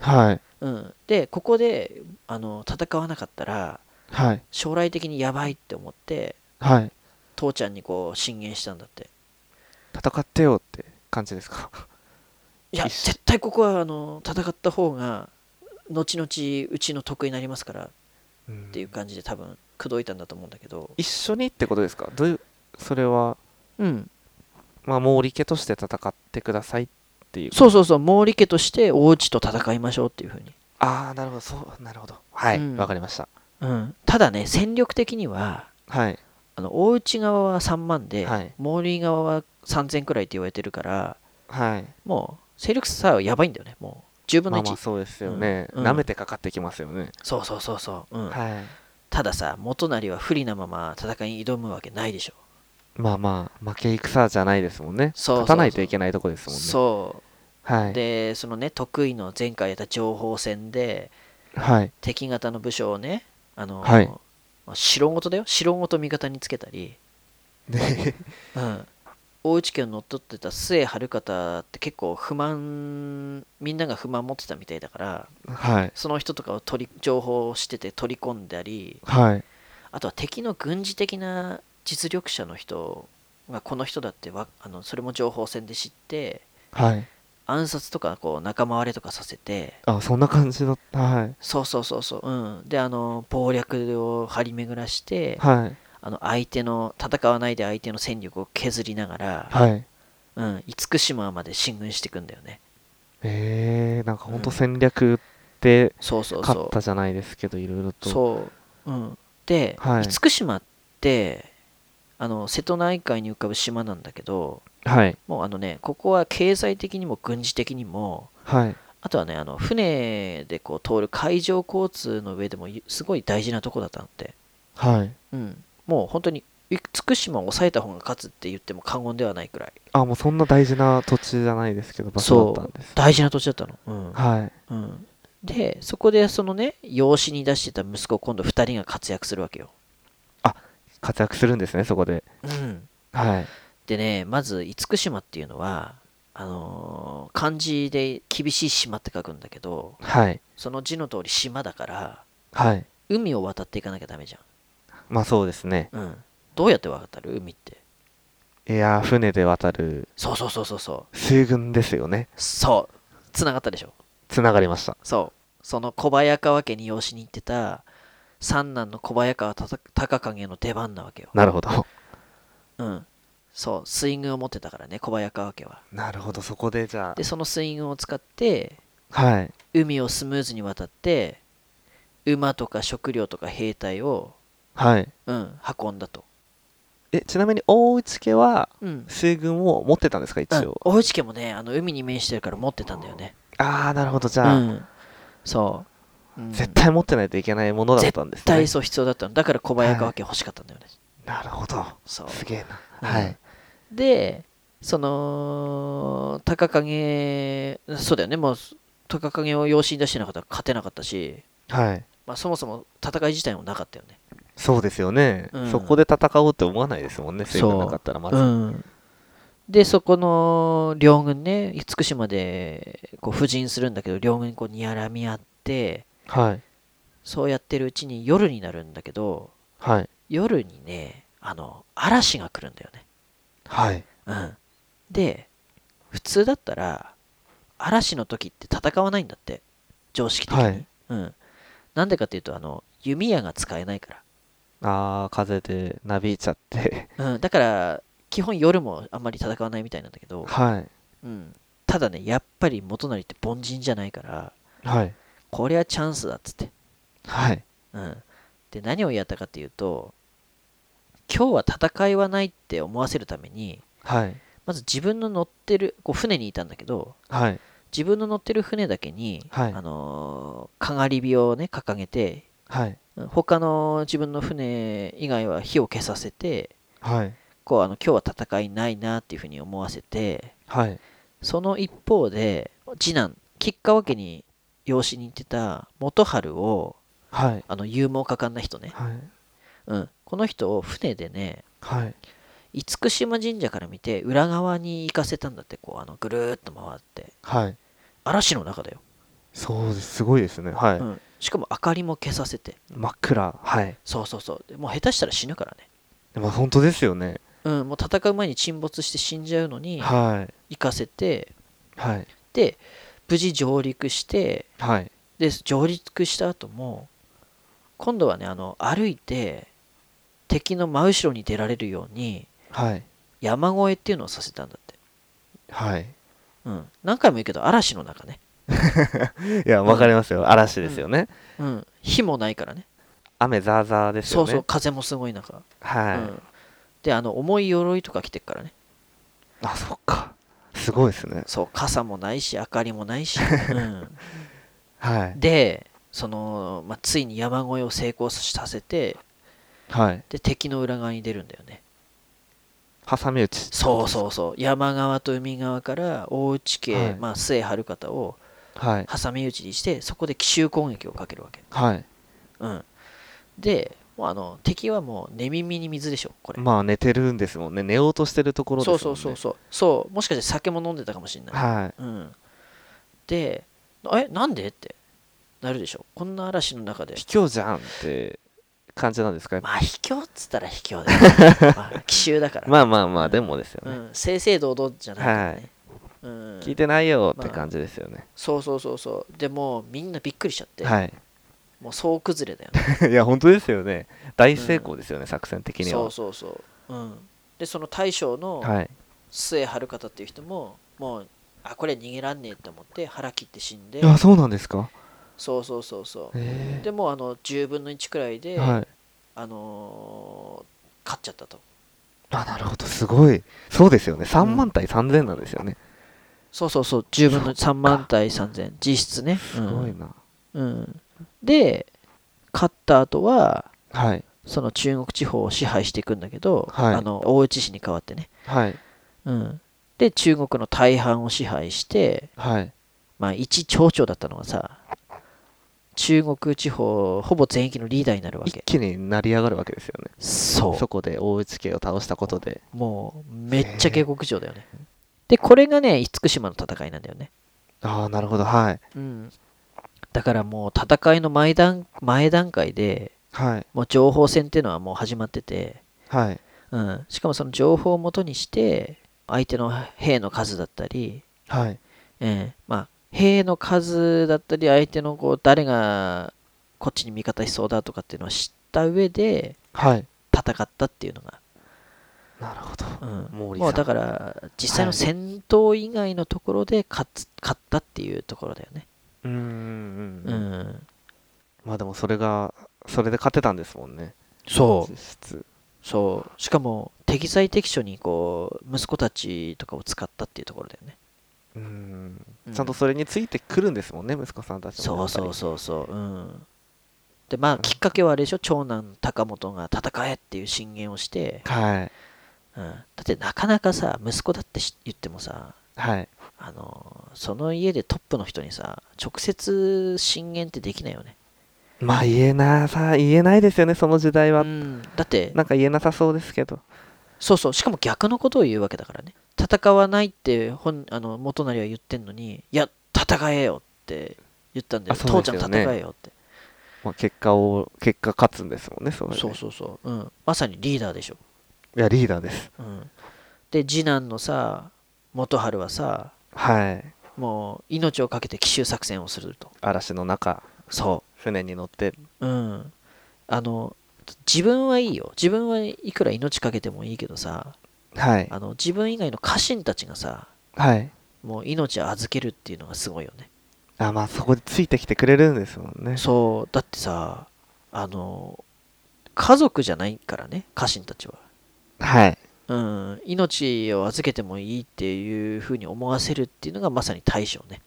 [SPEAKER 1] はい。
[SPEAKER 2] うん、でここであの戦わなかったら
[SPEAKER 1] はい。
[SPEAKER 2] 将来的にやばいって思って
[SPEAKER 1] はい。
[SPEAKER 2] 父ちゃんにこう進言したんだって
[SPEAKER 1] 戦ってよって感じですか。
[SPEAKER 2] いや
[SPEAKER 1] 一緒
[SPEAKER 2] 絶対ここはあの戦った方が後々うちの得になりますから
[SPEAKER 1] うん
[SPEAKER 2] っていう感じで多分口説いたんだと思うんだけど
[SPEAKER 1] 一緒にってことですかどういう、それは、
[SPEAKER 2] うん
[SPEAKER 1] まあ毛利家として戦ってくださいっていう。
[SPEAKER 2] そうそうそう毛利家として大内と戦いましょうっていうふうに、
[SPEAKER 1] ああ、なるほど。そう、なるほど。は
[SPEAKER 2] う
[SPEAKER 1] い。
[SPEAKER 2] ん
[SPEAKER 1] わかりました。
[SPEAKER 2] うん、ただね戦力的には
[SPEAKER 1] はい。
[SPEAKER 2] あの大内側は3万で、
[SPEAKER 1] はい
[SPEAKER 2] 毛利側は3000くらいって言われてるから
[SPEAKER 1] はい。
[SPEAKER 2] もう勢力差はやばいんだよねもう10分
[SPEAKER 1] ま
[SPEAKER 2] の
[SPEAKER 1] あ
[SPEAKER 2] 1、
[SPEAKER 1] まあそうですよね。
[SPEAKER 2] うんうん
[SPEAKER 1] 舐めてかかってきますよね。
[SPEAKER 2] そうそうそうそう、うん
[SPEAKER 1] はい。
[SPEAKER 2] たださ元就は不利なまま戦いに挑むわけないでしょ
[SPEAKER 1] まあまあ、負け戦じゃないですもんね。
[SPEAKER 2] そうそうそう
[SPEAKER 1] 勝たないといけないとこですもんね。
[SPEAKER 2] そ
[SPEAKER 1] は
[SPEAKER 2] う
[SPEAKER 1] い。
[SPEAKER 2] でそのね得意の前回やった情報戦で
[SPEAKER 1] はい。
[SPEAKER 2] 敵方の武将をねあの、
[SPEAKER 1] はい
[SPEAKER 2] まあ城ごとだよ城ごと味方につけたり、
[SPEAKER 1] で、
[SPEAKER 2] うん、大内家を乗っ取ってた末春方って結構不満みんなが不満持ってたみたいだから
[SPEAKER 1] はい。
[SPEAKER 2] その人とかを取り情報をしてて取り込んだり
[SPEAKER 1] はい。
[SPEAKER 2] あとは敵の軍事的な実力者の人がこの人だってわあのそれも情報戦で知って
[SPEAKER 1] はい。
[SPEAKER 2] 暗殺とかこう仲間割れとかさせて
[SPEAKER 1] あ、そんな感じだった。はい。
[SPEAKER 2] そうそうそうそううんであの謀略を張り巡らして
[SPEAKER 1] はい。
[SPEAKER 2] あの相手の戦わないで相手の戦力を削りながら、
[SPEAKER 1] はい。
[SPEAKER 2] うん、厳島まで進軍していくんだよね
[SPEAKER 1] えー、なんかほんと
[SPEAKER 2] うん
[SPEAKER 1] 戦略で
[SPEAKER 2] そうそう
[SPEAKER 1] 勝っ
[SPEAKER 2] そ
[SPEAKER 1] たじゃないですけど、いろいろ
[SPEAKER 2] う
[SPEAKER 1] と。
[SPEAKER 2] そう、うん、で、
[SPEAKER 1] はい
[SPEAKER 2] 厳島ってあの瀬戸内海に浮かぶ島なんだけど
[SPEAKER 1] はい。
[SPEAKER 2] もうあのねここは経済的にも軍事的にも
[SPEAKER 1] はい。
[SPEAKER 2] あとはねあの船でこう通る海上交通の上でもすごい大事なとこだったんで、
[SPEAKER 1] はい。
[SPEAKER 2] うん、もう本当に厳島を抑えた方が勝つって言っても過言ではないくらい
[SPEAKER 1] あ、もうそんな大事な土地じゃないですけど、場所だったんです。
[SPEAKER 2] 大事な土地だったの、うん
[SPEAKER 1] はい。
[SPEAKER 2] うん、でそこでそのね養子に出してた息子今度2人が活躍するわけよ、
[SPEAKER 1] 活躍するんですね、そこで。
[SPEAKER 2] うん、
[SPEAKER 1] はい。
[SPEAKER 2] でねまず厳島っていうのはあのー漢字で「厳しい島」って書くんだけど
[SPEAKER 1] はい。
[SPEAKER 2] その字の通り島だから
[SPEAKER 1] はい。
[SPEAKER 2] 海を渡っていかなきゃダメじ
[SPEAKER 1] まあそうですね。
[SPEAKER 2] ゃん、うん、どうやって渡る海って
[SPEAKER 1] いやー、船で渡る
[SPEAKER 2] そうそうそうそうそう
[SPEAKER 1] 水軍ですよね。
[SPEAKER 2] そうつながったでしょ
[SPEAKER 1] つながりました。
[SPEAKER 2] そうその小早川家に養子に行ってた三男の小早川たた高影の出番なわけよ
[SPEAKER 1] なるほど。
[SPEAKER 2] うんそう水軍を持ってたからね小早川家は
[SPEAKER 1] なるほど、そこでじゃ
[SPEAKER 2] でその水軍を使って
[SPEAKER 1] あ。はい。
[SPEAKER 2] 海をスムーズに渡って馬とか食料とか兵隊を、
[SPEAKER 1] はい。
[SPEAKER 2] うん、運んだと、
[SPEAKER 1] え、ちなみに大内家は
[SPEAKER 2] うん、
[SPEAKER 1] 水軍を持ってたんですか、一
[SPEAKER 2] うん
[SPEAKER 1] 応。
[SPEAKER 2] 大内家もねあの海に面してるから持ってたんだよね、
[SPEAKER 1] あー、なるほど、じ
[SPEAKER 2] う
[SPEAKER 1] ゃあ、
[SPEAKER 2] ん、そう、うん
[SPEAKER 1] 絶対持ってないといけないものだったんです
[SPEAKER 2] 絶
[SPEAKER 1] ね。
[SPEAKER 2] 対そう必要だったのだから小早川家欲しかったんだよね、
[SPEAKER 1] なるほど。
[SPEAKER 2] そう
[SPEAKER 1] すげえ
[SPEAKER 2] うん
[SPEAKER 1] な。はい。
[SPEAKER 2] でその高影そうだよねもう高影を養子に出してなかったら勝てなかったし、
[SPEAKER 1] はい。
[SPEAKER 2] まあ、そもそも戦い自体もなかったよね
[SPEAKER 1] そうですよね、
[SPEAKER 2] うん
[SPEAKER 1] そこで戦おうって思わないですもんね、水
[SPEAKER 2] そう
[SPEAKER 1] 軍なかったらまず。
[SPEAKER 2] うん、でそこの両軍ね厳島でこう布陣するんだけど両軍こうにやらみ合って
[SPEAKER 1] はい。
[SPEAKER 2] そうやってるうちに夜になるんだけど
[SPEAKER 1] はい。
[SPEAKER 2] 夜にねあの嵐が来るんだよね、
[SPEAKER 1] はい。
[SPEAKER 2] うん、で普通だったら嵐の時って戦わないんだって常識的に、
[SPEAKER 1] はい
[SPEAKER 2] うん、なんでかっていうとあの弓矢が使えないか
[SPEAKER 1] あー、風でなびいちゃって。
[SPEAKER 2] ら、うん、だから基本夜もあんまり戦わないみたいなんだけど、
[SPEAKER 1] はい。
[SPEAKER 2] うん、ただねやっぱり元就って凡人じゃないから
[SPEAKER 1] はい。
[SPEAKER 2] これはチャンスだっつって
[SPEAKER 1] はい。
[SPEAKER 2] うん、で何をやったかっていうと今日は戦いはないって思わせるために
[SPEAKER 1] はい。
[SPEAKER 2] まず自分の乗ってるこう船にいたんだけど
[SPEAKER 1] はい。
[SPEAKER 2] 自分の乗ってる船だけに、
[SPEAKER 1] はい
[SPEAKER 2] あのーかがり火をね掲げて
[SPEAKER 1] はい。
[SPEAKER 2] うん他の自分の船以外は火を消させて
[SPEAKER 1] はい。
[SPEAKER 2] こうあの今日は戦いないなっていうふうに思わせて
[SPEAKER 1] はい。
[SPEAKER 2] その一方で次男吉川家に養子に行ってた元春を
[SPEAKER 1] はい。
[SPEAKER 2] あの勇猛果敢な人ね、
[SPEAKER 1] はい。
[SPEAKER 2] うん、この人を船でね
[SPEAKER 1] はい。
[SPEAKER 2] 厳島神社から見て裏側に行かせたんだってこうあのぐるーっと回って
[SPEAKER 1] はい。
[SPEAKER 2] 嵐の中だよ、
[SPEAKER 1] そうです。すごいですね。はい。
[SPEAKER 2] うん、しかも明かりも消させて
[SPEAKER 1] 真っ暗。はい。
[SPEAKER 2] そうそうそうでもう下手したら死ぬからね、
[SPEAKER 1] でも本当ですよね。
[SPEAKER 2] うん、もう戦う前に沈没して死んじゃうのに
[SPEAKER 1] はい。
[SPEAKER 2] 行かせて
[SPEAKER 1] はい。
[SPEAKER 2] で無事上陸して
[SPEAKER 1] はい。
[SPEAKER 2] で上陸した後も今度はねあの歩いて敵の真後ろに出られるように
[SPEAKER 1] はい。
[SPEAKER 2] 山越えっていうのをさせたんだって、
[SPEAKER 1] はい。
[SPEAKER 2] うん、何回も言うけど嵐の中ね、
[SPEAKER 1] いや、わかりますよ。嵐ですよね。
[SPEAKER 2] うん、火もないからね
[SPEAKER 1] 雨ザーザーです
[SPEAKER 2] そ
[SPEAKER 1] よ
[SPEAKER 2] う
[SPEAKER 1] ね。
[SPEAKER 2] そう風もすごい中、う
[SPEAKER 1] は
[SPEAKER 2] ん、であの重い鎧とか着てっからね
[SPEAKER 1] い。あ、そっか。すごいですね。
[SPEAKER 2] そう傘もないし明かりもな
[SPEAKER 1] *laughs*
[SPEAKER 2] いし、うん
[SPEAKER 1] はい。
[SPEAKER 2] でその、まあ、ついに山越えを成功させて
[SPEAKER 1] はい。
[SPEAKER 2] で敵の裏側に出るんだよね
[SPEAKER 1] 挟み撃ち。
[SPEAKER 2] そうそうそう山側と海側から大内家、
[SPEAKER 1] はい
[SPEAKER 2] まあ、末春方を
[SPEAKER 1] はい。
[SPEAKER 2] 挟み撃ちにしてそこで奇襲攻撃をかけるわけ、
[SPEAKER 1] はい。
[SPEAKER 2] うん、でもうあの敵はもう寝耳に水でしょこれ、
[SPEAKER 1] まあ、寝てるんですもんね。寝ようとしてるところです
[SPEAKER 2] そ
[SPEAKER 1] もん
[SPEAKER 2] う
[SPEAKER 1] ね。
[SPEAKER 2] そうそうそうそうもしかして酒も飲んでたかもしれない、
[SPEAKER 1] はい。
[SPEAKER 2] うん、でえなんでってなるでしょこんな嵐の中で
[SPEAKER 1] 卑怯じゃんって感じなんですか
[SPEAKER 2] まあ卑怯っつったら卑怯
[SPEAKER 1] *laughs*
[SPEAKER 2] だよ、まあ、奇襲だから、
[SPEAKER 1] まあまあまあ、でもですよ
[SPEAKER 2] う
[SPEAKER 1] ね。
[SPEAKER 2] ん、正々堂々じゃないからね、うん、
[SPEAKER 1] 聞いてないよって感じですよね。
[SPEAKER 2] そうそうそうそうでもうみんなびっくりしちゃって、
[SPEAKER 1] はい。 *laughs*
[SPEAKER 2] もう総崩れだよね
[SPEAKER 1] いや、本当ですよね。大成功ですよね、作戦的に
[SPEAKER 2] そ
[SPEAKER 1] は
[SPEAKER 2] う。そうそう、うん、でその大将の
[SPEAKER 1] はい。
[SPEAKER 2] 末春方っていう人ももうあこれ逃げらんねえって思って腹切って死んで
[SPEAKER 1] いや、そうなんですか。
[SPEAKER 2] そうそうそうそう
[SPEAKER 1] へ
[SPEAKER 2] でもうあの10分の1くらい
[SPEAKER 1] え
[SPEAKER 2] で、
[SPEAKER 1] はい。
[SPEAKER 2] あのー勝っちゃったと
[SPEAKER 1] あ、なるほど、すごい。そうですよね。3万対3000なんですよね。
[SPEAKER 2] そうそうそう10分の3万対3000実質ね
[SPEAKER 1] すごいな。
[SPEAKER 2] うんうん、で勝った後は
[SPEAKER 1] はい。
[SPEAKER 2] その中国地方を支配していくんだけど、
[SPEAKER 1] はい
[SPEAKER 2] あの大内氏に代わってね、
[SPEAKER 1] はい。
[SPEAKER 2] うん、で中国の大半を支配して
[SPEAKER 1] はい。
[SPEAKER 2] まあ一町長だったのがさ中国地方ほぼ全域のリーダーになるわ
[SPEAKER 1] 一
[SPEAKER 2] け
[SPEAKER 1] 気に成り上がるわけですよね。
[SPEAKER 2] そ
[SPEAKER 1] そこで大内家を倒したことで。
[SPEAKER 2] うもうめっちゃ下克上だよねでこれがね厳島の戦いなんだよね
[SPEAKER 1] ああ、なるほど、はい。
[SPEAKER 2] うんだからもう戦いの前段前段階で
[SPEAKER 1] はい。
[SPEAKER 2] もう情報戦っていうのはもう始まってて、
[SPEAKER 1] はい。
[SPEAKER 2] うん、しかもその情報をもとにして相手の兵の数だったり、
[SPEAKER 1] はい。
[SPEAKER 2] ええまあ兵の数だったり相手のこう誰がこっちに味方しそうだとかっていうのを知った上で
[SPEAKER 1] はい。
[SPEAKER 2] 戦ったっていうのが、
[SPEAKER 1] なるほど。
[SPEAKER 2] うん、
[SPEAKER 1] 毛利さん
[SPEAKER 2] もうだから実際の戦闘以外のところで勝つ勝ったっていうところだよね、
[SPEAKER 1] うーん
[SPEAKER 2] う
[SPEAKER 1] うん
[SPEAKER 2] ん
[SPEAKER 1] うん。まあでもそれが、それで勝てたんですもんね。
[SPEAKER 2] そう
[SPEAKER 1] 実質。
[SPEAKER 2] そうしかも適材適所にこう息子たちとかを使ったっていうところだよね
[SPEAKER 1] うーん
[SPEAKER 2] う。ん
[SPEAKER 1] ちゃんとそれについてくるんですもんね、息子さんたちも
[SPEAKER 2] そ
[SPEAKER 1] や
[SPEAKER 2] う
[SPEAKER 1] っぱり。
[SPEAKER 2] そうそうそううんでまあきっかけはあれでしょ長男高本が戦えっていう進言をして、
[SPEAKER 1] はい。
[SPEAKER 2] うん、だってなかなかさ息子だってし言ってもさ
[SPEAKER 1] はい。
[SPEAKER 2] あのその家でトップの人にさ直接進言ってできないよね、
[SPEAKER 1] まあ言えなさ、言えないですよね、その時代
[SPEAKER 2] う
[SPEAKER 1] は。
[SPEAKER 2] ん、だって
[SPEAKER 1] なんか言えなさそうですけど。
[SPEAKER 2] そうそうしかも逆のことを言うわけだからね戦わないって本あの元就は言ってんのにいや戦えよって言ったんだよ
[SPEAKER 1] あそう
[SPEAKER 2] 父
[SPEAKER 1] で
[SPEAKER 2] ちゃ
[SPEAKER 1] す
[SPEAKER 2] ん
[SPEAKER 1] よね
[SPEAKER 2] 戦えよって
[SPEAKER 1] まあ、結果を、結果勝つんですもんね、それで
[SPEAKER 2] そうそうそう、うん、まさにリーダーでしょ
[SPEAKER 1] いや、リーダーです。
[SPEAKER 2] うん、で次男のさ元春はさ
[SPEAKER 1] はい。
[SPEAKER 2] もう命を懸けて奇襲作戦をすると
[SPEAKER 1] 嵐の中、
[SPEAKER 2] そ
[SPEAKER 1] 船に乗って。
[SPEAKER 2] ううんあの自分はいいよ自分はいくら命かけてもいいけどさ
[SPEAKER 1] はい。
[SPEAKER 2] あの自分以外の家臣たちがさ
[SPEAKER 1] はい。
[SPEAKER 2] もう命を預けるっていうのがすごいよね
[SPEAKER 1] あ、まあそこでついてきてくれるんですもんね。
[SPEAKER 2] そうだってさあの家族じゃないからね家臣たちは
[SPEAKER 1] はい。
[SPEAKER 2] うん、命を預けてもいいっていうふうに思わせるっていうのがまさに大将ね、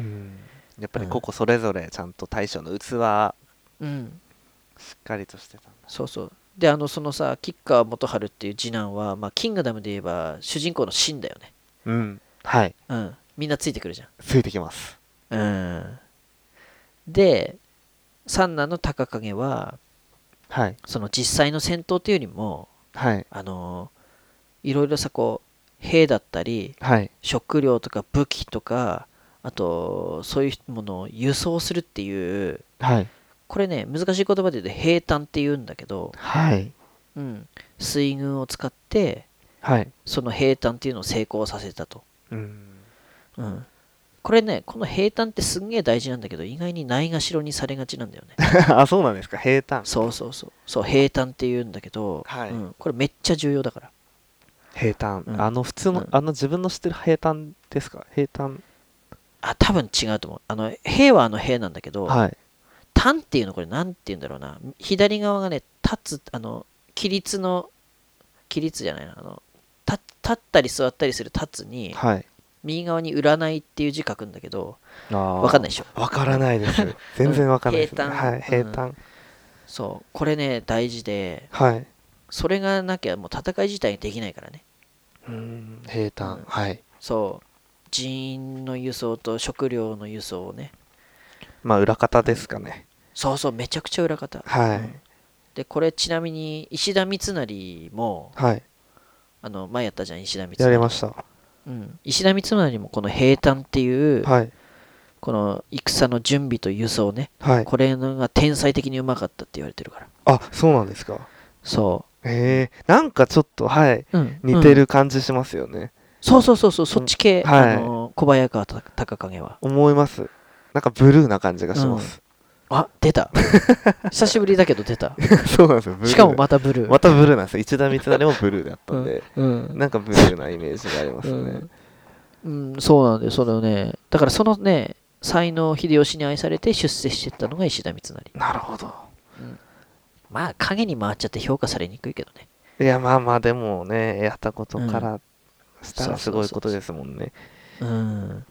[SPEAKER 1] うん。やっぱり
[SPEAKER 2] うん
[SPEAKER 1] 個々それぞれちゃんと大将の器、
[SPEAKER 2] うん、
[SPEAKER 1] しっかりとしてたんだ。
[SPEAKER 2] そうそうであのそのさ吉川元春っていう次男は、まあ、キングダムで言えば主人公のシンだよね、
[SPEAKER 1] うん。はい。
[SPEAKER 2] うん、みんなついてくるじ
[SPEAKER 1] ついてきます。
[SPEAKER 2] ゃん、うん、で三男の高影は
[SPEAKER 1] はい。
[SPEAKER 2] その実際の戦闘っていうよりも
[SPEAKER 1] はい。
[SPEAKER 2] あのいろいろさこう兵だったり
[SPEAKER 1] はい。
[SPEAKER 2] 食料とか武器とかあとそういうものを輸送するっていう
[SPEAKER 1] はい。
[SPEAKER 2] これね難しい言葉で言うと兵隊って言うんだけど、
[SPEAKER 1] はい。
[SPEAKER 2] うん、水軍を使って
[SPEAKER 1] はい。
[SPEAKER 2] その兵隊っていうのを成功させたと、
[SPEAKER 1] うん。
[SPEAKER 2] うん、これねこの兵隊ってすんげえ大事なんだけど意外にないがしろにされがちなんだよね
[SPEAKER 1] *laughs* あ、そうなんですか。平坦。
[SPEAKER 2] そうそうそうそう兵隊って言うんだけど、
[SPEAKER 1] はい
[SPEAKER 2] うん、これめっちゃ重要だから
[SPEAKER 1] 平坦。
[SPEAKER 2] うん
[SPEAKER 1] あの、普通の、
[SPEAKER 2] うん
[SPEAKER 1] あの、自分の知ってる平坦ですか平坦。
[SPEAKER 2] あ多分違うと思うあの兵はあの兵なんだけど、
[SPEAKER 1] はい。
[SPEAKER 2] 単っていうのこれなんて言うんだろうな左側がね立つあの規律の規律じゃないなあの立立ったり座ったりする立つに、
[SPEAKER 1] はい。
[SPEAKER 2] 右側に占いっていう字書くんだけど
[SPEAKER 1] ああ。
[SPEAKER 2] わかんないでしょ
[SPEAKER 1] わからない *laughs* です。全然わかんないです、ね。
[SPEAKER 2] 平坦
[SPEAKER 1] はい。平坦。
[SPEAKER 2] そうこれね大事で
[SPEAKER 1] はい。
[SPEAKER 2] それがなきゃもう戦い自体できないからね
[SPEAKER 1] うん。平坦。
[SPEAKER 2] うん
[SPEAKER 1] はい。
[SPEAKER 2] そう人員の輸送と食料の輸送をね
[SPEAKER 1] まあ、裏方ですかね。
[SPEAKER 2] そうそうめちゃくちゃ裏方
[SPEAKER 1] は
[SPEAKER 2] うん
[SPEAKER 1] い。
[SPEAKER 2] でこれちなみに石田三成も
[SPEAKER 1] はい。
[SPEAKER 2] あの前やったじゃん石田三成
[SPEAKER 1] やりました。
[SPEAKER 2] うん、石田三成もこの兵隊っていう、
[SPEAKER 1] はい。
[SPEAKER 2] この戦の準備と輸送ね
[SPEAKER 1] はい。
[SPEAKER 2] これのが天才的にうまかったって言われてるから
[SPEAKER 1] あ、そうなんですか。
[SPEAKER 2] そ
[SPEAKER 1] ええなんかちょっと、はい。
[SPEAKER 2] う、うん、
[SPEAKER 1] 似てる感じしますよね。
[SPEAKER 2] そうそうそうそう、そっち系、
[SPEAKER 1] うんはい
[SPEAKER 2] あの小早川た隆景は。
[SPEAKER 1] 思います。なんかブルーな感じがします。
[SPEAKER 2] あ出
[SPEAKER 1] *laughs*
[SPEAKER 2] た。久しぶりだけど出た。
[SPEAKER 1] そうなんですよ。ブルー
[SPEAKER 2] しかもまたブルー。
[SPEAKER 1] またブルーなんですよ。一田三成もブルーだったんで、
[SPEAKER 2] うん
[SPEAKER 1] なんかブルーなイメージがあります
[SPEAKER 2] う
[SPEAKER 1] ね。
[SPEAKER 2] んうん、そうなんだよ、それをね。だからそのね、才能、秀吉に愛されて出世してったのが石田三成。
[SPEAKER 1] なるほど。
[SPEAKER 2] まあ、影に回っちゃって評価されにくいけどね。
[SPEAKER 1] いや、まあまあ、でもね、やったことからした
[SPEAKER 2] そうそうそう
[SPEAKER 1] らすごいことですもんね。
[SPEAKER 2] うん。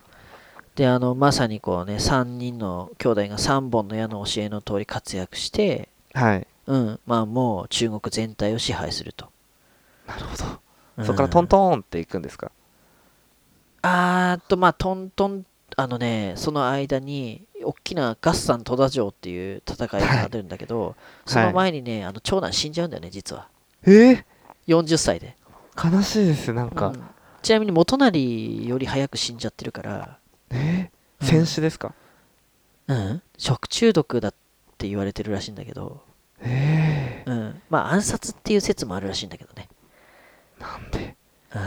[SPEAKER 2] で、あの、まさにこうね、3人の兄弟が3本の矢の教えの通り活躍して、
[SPEAKER 1] はい。
[SPEAKER 2] うん、まあもう中国全体を支配すると。
[SPEAKER 1] なるほど。
[SPEAKER 2] うん
[SPEAKER 1] そこからトントーンっていくんですか。
[SPEAKER 2] あーっとまあトントンあのねその間に大きな合算戸田城っていう戦いがあるんだけど、その前にねあの長男死んじゃうんだよね実は
[SPEAKER 1] え
[SPEAKER 2] 40歳で、
[SPEAKER 1] ー、悲しいです、なんか。
[SPEAKER 2] うんちなみに元成より早く死んじゃってるから
[SPEAKER 1] え
[SPEAKER 2] う
[SPEAKER 1] ー、
[SPEAKER 2] ん
[SPEAKER 1] 戦死ですか、
[SPEAKER 2] うん食中毒だって言われてるらしいんだけど
[SPEAKER 1] え
[SPEAKER 2] うんまあ暗殺っていう説もあるらしいんだけどね
[SPEAKER 1] ー、なんで。
[SPEAKER 2] う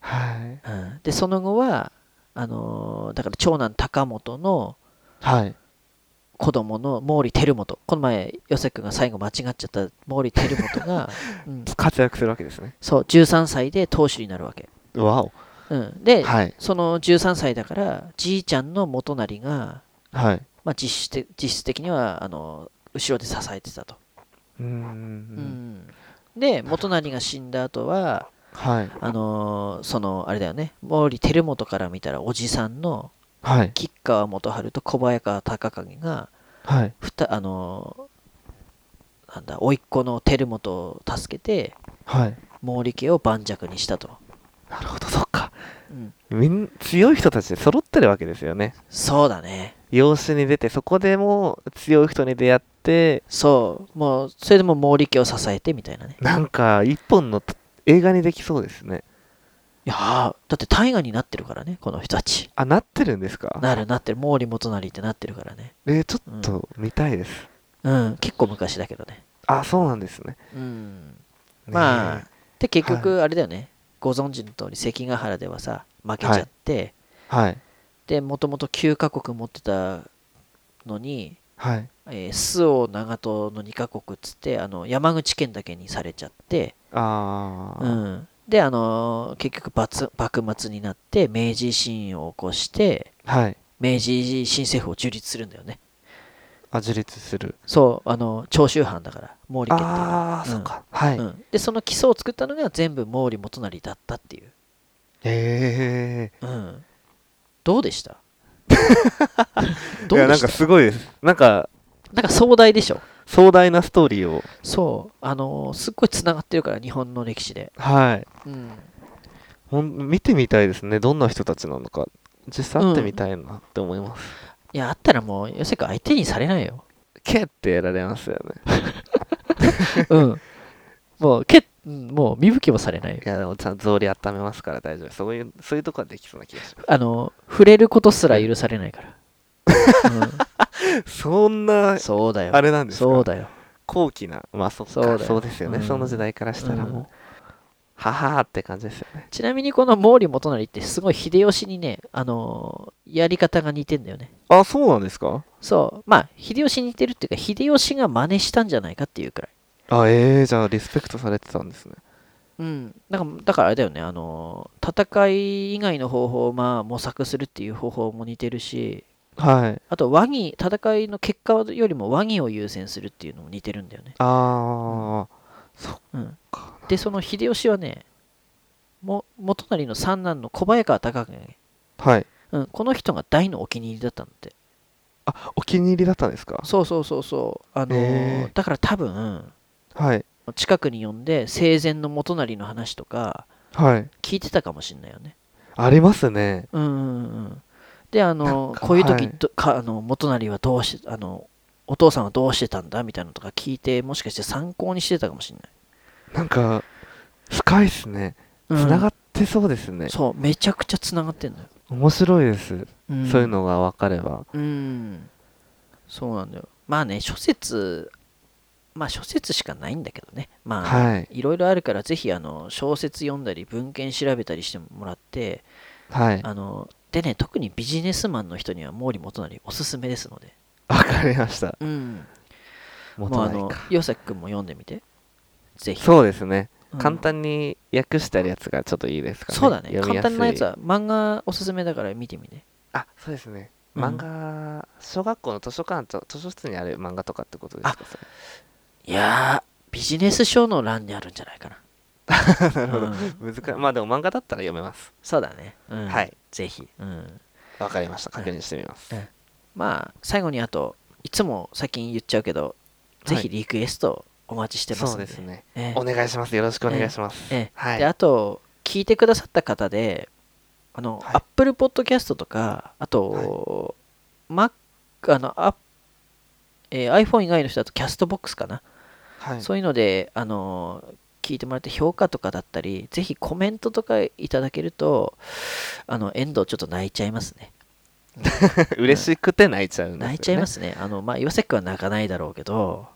[SPEAKER 1] はい。
[SPEAKER 2] ん、うん、でその後はあのーだから長男高本の
[SPEAKER 1] はい。
[SPEAKER 2] 子供の毛利輝元この前ヨセ君が最後間違っちゃった毛利輝元 *laughs* が、うん、
[SPEAKER 1] 活躍するわけですね。
[SPEAKER 2] そう13歳で当主になるわけ、
[SPEAKER 1] わお。
[SPEAKER 2] うん、で、
[SPEAKER 1] はい。
[SPEAKER 2] その13歳だからじいちゃんの元就が、
[SPEAKER 1] はい。
[SPEAKER 2] まあ、実質的実質的にはあの後ろで支えてたと、
[SPEAKER 1] うー。
[SPEAKER 2] うんんで元就が死んだ後は
[SPEAKER 1] はい。
[SPEAKER 2] あのーそのあれだよね毛利輝元から見たらおじさんの
[SPEAKER 1] はい。
[SPEAKER 2] 吉川元春と小早川隆景が
[SPEAKER 1] はい。
[SPEAKER 2] ふたあのーなんだ甥っ子の輝元を助けて
[SPEAKER 1] はい。
[SPEAKER 2] 毛利家を盤石にしたと、
[SPEAKER 1] なるほど、そっか。
[SPEAKER 2] うん、
[SPEAKER 1] みん強い人たちで揃ってるわけですよね。
[SPEAKER 2] そうだね
[SPEAKER 1] 養子に出て、そこでもう強い人に出会って、
[SPEAKER 2] そうもうそれでも毛利家を支えてみたいなね
[SPEAKER 1] なんか一本の映画にできそうですね。
[SPEAKER 2] いやーだって大河になってるからねこの人たち
[SPEAKER 1] あ、なってるんですか
[SPEAKER 2] なるなってる毛利元就ってなってるからね
[SPEAKER 1] えーちょっと見たいです。
[SPEAKER 2] うん結構昔だけどね
[SPEAKER 1] あ、そうなんですね。
[SPEAKER 2] うん
[SPEAKER 1] ね
[SPEAKER 2] まあで結
[SPEAKER 1] は
[SPEAKER 2] 局あれだよね、ご存知の通り関ヶ原ではさ負けちゃって、
[SPEAKER 1] はい。
[SPEAKER 2] でもともと9カ国持ってたのに
[SPEAKER 1] はい。
[SPEAKER 2] えー周防長門の2カ国っつってあの山口県だけにされちゃって、
[SPEAKER 1] あ
[SPEAKER 2] う
[SPEAKER 1] ー。
[SPEAKER 2] ん、で、あのー結局幕末幕末になって明治維新を起こして、
[SPEAKER 1] はい。
[SPEAKER 2] 明治新政府を樹立するんだよね
[SPEAKER 1] あ、自立する。
[SPEAKER 2] そうあの長州藩だから毛利家っていうのは
[SPEAKER 1] ああ、
[SPEAKER 2] うん
[SPEAKER 1] そっか。はい。へ
[SPEAKER 2] うん、でその基礎を作ったのが全部毛利元就だったっていう、
[SPEAKER 1] え。
[SPEAKER 2] うん、どうでした
[SPEAKER 1] い
[SPEAKER 2] どう
[SPEAKER 1] や、
[SPEAKER 2] で
[SPEAKER 1] なん
[SPEAKER 2] した
[SPEAKER 1] かす *laughs* ごいです。なんか、
[SPEAKER 2] なんか壮大でしょ
[SPEAKER 1] 壮大なストーリーを。
[SPEAKER 2] そうあのーすっごいつながってるから日本の歴史で、
[SPEAKER 1] はい。
[SPEAKER 2] うん、
[SPEAKER 1] ほん見てみたいですね。どんな人たちなのか。実際会ってみたいなって思います。
[SPEAKER 2] いやあったらもうヨセク相手にされないよ
[SPEAKER 1] けってやられますよね。
[SPEAKER 2] うんもうけ、うん、もう見向きもされないよ
[SPEAKER 1] いや、でもちゃんと草履温めますから大丈夫。そういう、そういうとこはできそうな気がしま
[SPEAKER 2] あのー触れることすら許されないから、
[SPEAKER 1] す。そんな *laughs*
[SPEAKER 2] うん、、そうだよ
[SPEAKER 1] あれなんですか
[SPEAKER 2] そうだよ
[SPEAKER 1] 高貴な。まあ、そっか
[SPEAKER 2] そうだよ
[SPEAKER 1] そうですよね。
[SPEAKER 2] うん
[SPEAKER 1] その時代からしたらもう、
[SPEAKER 2] うん
[SPEAKER 1] ははーって感じですよね。
[SPEAKER 2] ちなみにこの毛利元就ってすごい秀吉にね、あのーやり方が似てんだよね。
[SPEAKER 1] あ、そうなんですか
[SPEAKER 2] そう。まあ、秀吉に似てるっていうか、秀吉が真似したんじゃないかっていうくらい。
[SPEAKER 1] あ、ええじゃあリスペクトされてたんですね。
[SPEAKER 2] うん。だから、だからあれだよね、あのー戦い以外の方法を、まあ、模索するっていう方法も似てるし、
[SPEAKER 1] はい。
[SPEAKER 2] あと、和議、戦いの結果よりも和議を優先するっていうのも似てるんだよね。
[SPEAKER 1] あ
[SPEAKER 2] うん。で、その秀吉はね、も元就の三男の小早川隆景、
[SPEAKER 1] あ、はい。
[SPEAKER 2] うん、この人が大のお気に入りだったんだって。
[SPEAKER 1] あ、お気に入りだったんですか
[SPEAKER 2] そうそうそうそうあのー
[SPEAKER 1] へー
[SPEAKER 2] だから多分
[SPEAKER 1] はい。
[SPEAKER 2] 近くに呼んで生前の元就の話とか
[SPEAKER 1] はい。
[SPEAKER 2] 聞いてたかもしれないよね
[SPEAKER 1] ありますね。
[SPEAKER 2] うんうんうんであの
[SPEAKER 1] なん
[SPEAKER 2] ー
[SPEAKER 1] か
[SPEAKER 2] こういう時
[SPEAKER 1] はい
[SPEAKER 2] どかあの元就はどうしあのお父さんはどうしてたんだみたいなのとか聞いてもしかして参考にしてたかもしれない
[SPEAKER 1] なんか、深いっすね。つ
[SPEAKER 2] うん
[SPEAKER 1] ながってそうですね。
[SPEAKER 2] そうめちゃくちゃつながってんだよ、
[SPEAKER 1] 面白いです。
[SPEAKER 2] ん
[SPEAKER 1] そういうのが分かれば。
[SPEAKER 2] うんそうなんだよまあね諸説まあ諸説しかないんだけどねまあ、
[SPEAKER 1] はい。
[SPEAKER 2] いろいろあるから、ぜひあの小説読んだり、文献調べたりしてもらって、
[SPEAKER 1] はい。
[SPEAKER 2] あのでね、特にビジネスマンの人には毛利元就おすすめですので、
[SPEAKER 1] わかりました。
[SPEAKER 2] うん、
[SPEAKER 1] 元
[SPEAKER 2] もうあ
[SPEAKER 1] ない
[SPEAKER 2] の
[SPEAKER 1] か。
[SPEAKER 2] ヨセク君も読んでみて、ぜひ。
[SPEAKER 1] そうですね。
[SPEAKER 2] うん
[SPEAKER 1] 簡単に訳してあるやつがちょっといいですかね。
[SPEAKER 2] そうだね、
[SPEAKER 1] 読み
[SPEAKER 2] 簡
[SPEAKER 1] やすい
[SPEAKER 2] 単なやつ。は漫画おすすめだから見てみて。
[SPEAKER 1] あ、そうですね。
[SPEAKER 2] うん
[SPEAKER 1] 漫画、小学校の図書館と図書室にある漫画とかってことですかそれ
[SPEAKER 2] いやー、ビジネス書の欄にあるんじゃないかな。
[SPEAKER 1] *laughs* なるほど
[SPEAKER 2] うん。
[SPEAKER 1] 難しい。まあでも漫画だったら読めます。
[SPEAKER 2] そうだね、うん
[SPEAKER 1] はい、
[SPEAKER 2] ぜひ、うん。
[SPEAKER 1] わかりました。確認してみます。
[SPEAKER 2] まあ、最後にあと、いつも最近言っちゃうけど、ぜ
[SPEAKER 1] はい
[SPEAKER 2] ひリクエストお待ちしてます
[SPEAKER 1] そ
[SPEAKER 2] ん
[SPEAKER 1] う
[SPEAKER 2] で。
[SPEAKER 1] ですね。
[SPEAKER 2] ええ
[SPEAKER 1] お願いします。よろしくお願いします。
[SPEAKER 2] ええ
[SPEAKER 1] はい
[SPEAKER 2] であと聞いてくださった方であの、
[SPEAKER 1] はい
[SPEAKER 2] Apple Podcast とかあと、Mac あのあ、えー iPhone 以外の人だと CastBox かな、
[SPEAKER 1] はい。
[SPEAKER 2] そういうのであの聞いてもらって評価とかだったりぜひコメントとかいただけるとあの遠藤ちょっと泣いちゃいますね
[SPEAKER 1] *laughs* 嬉しくて泣いちゃうんですよね
[SPEAKER 2] 泣いちゃいま。すねあのまあ岩崎君は泣かないだろうけ *laughs* ど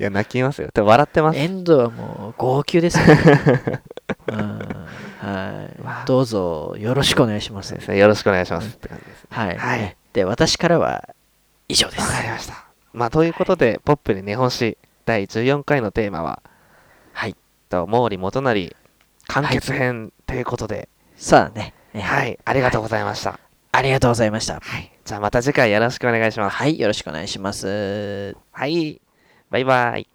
[SPEAKER 1] いや、泣きますよ。で笑ってます。
[SPEAKER 2] 遠藤はもう号泣ですね、 *laughs* うんはい
[SPEAKER 1] まあ
[SPEAKER 2] どうぞよろしくお願いします
[SPEAKER 1] そうですねよろしくお願いします。って感じです。
[SPEAKER 2] はい。
[SPEAKER 1] はい
[SPEAKER 2] ねで、私からは以上です。
[SPEAKER 1] わかりました。まあ、ということで、ポップに日本史第14回のテーマは、
[SPEAKER 2] はい。
[SPEAKER 1] と毛利元就完結編ということで、
[SPEAKER 2] さあね、ね
[SPEAKER 1] はい、ありがとうございました。
[SPEAKER 2] ありがとうございました。
[SPEAKER 1] はい。じゃあまた次回よろしくお願いします。
[SPEAKER 2] はい、よろしくお願いします。
[SPEAKER 1] はい。バイバイ。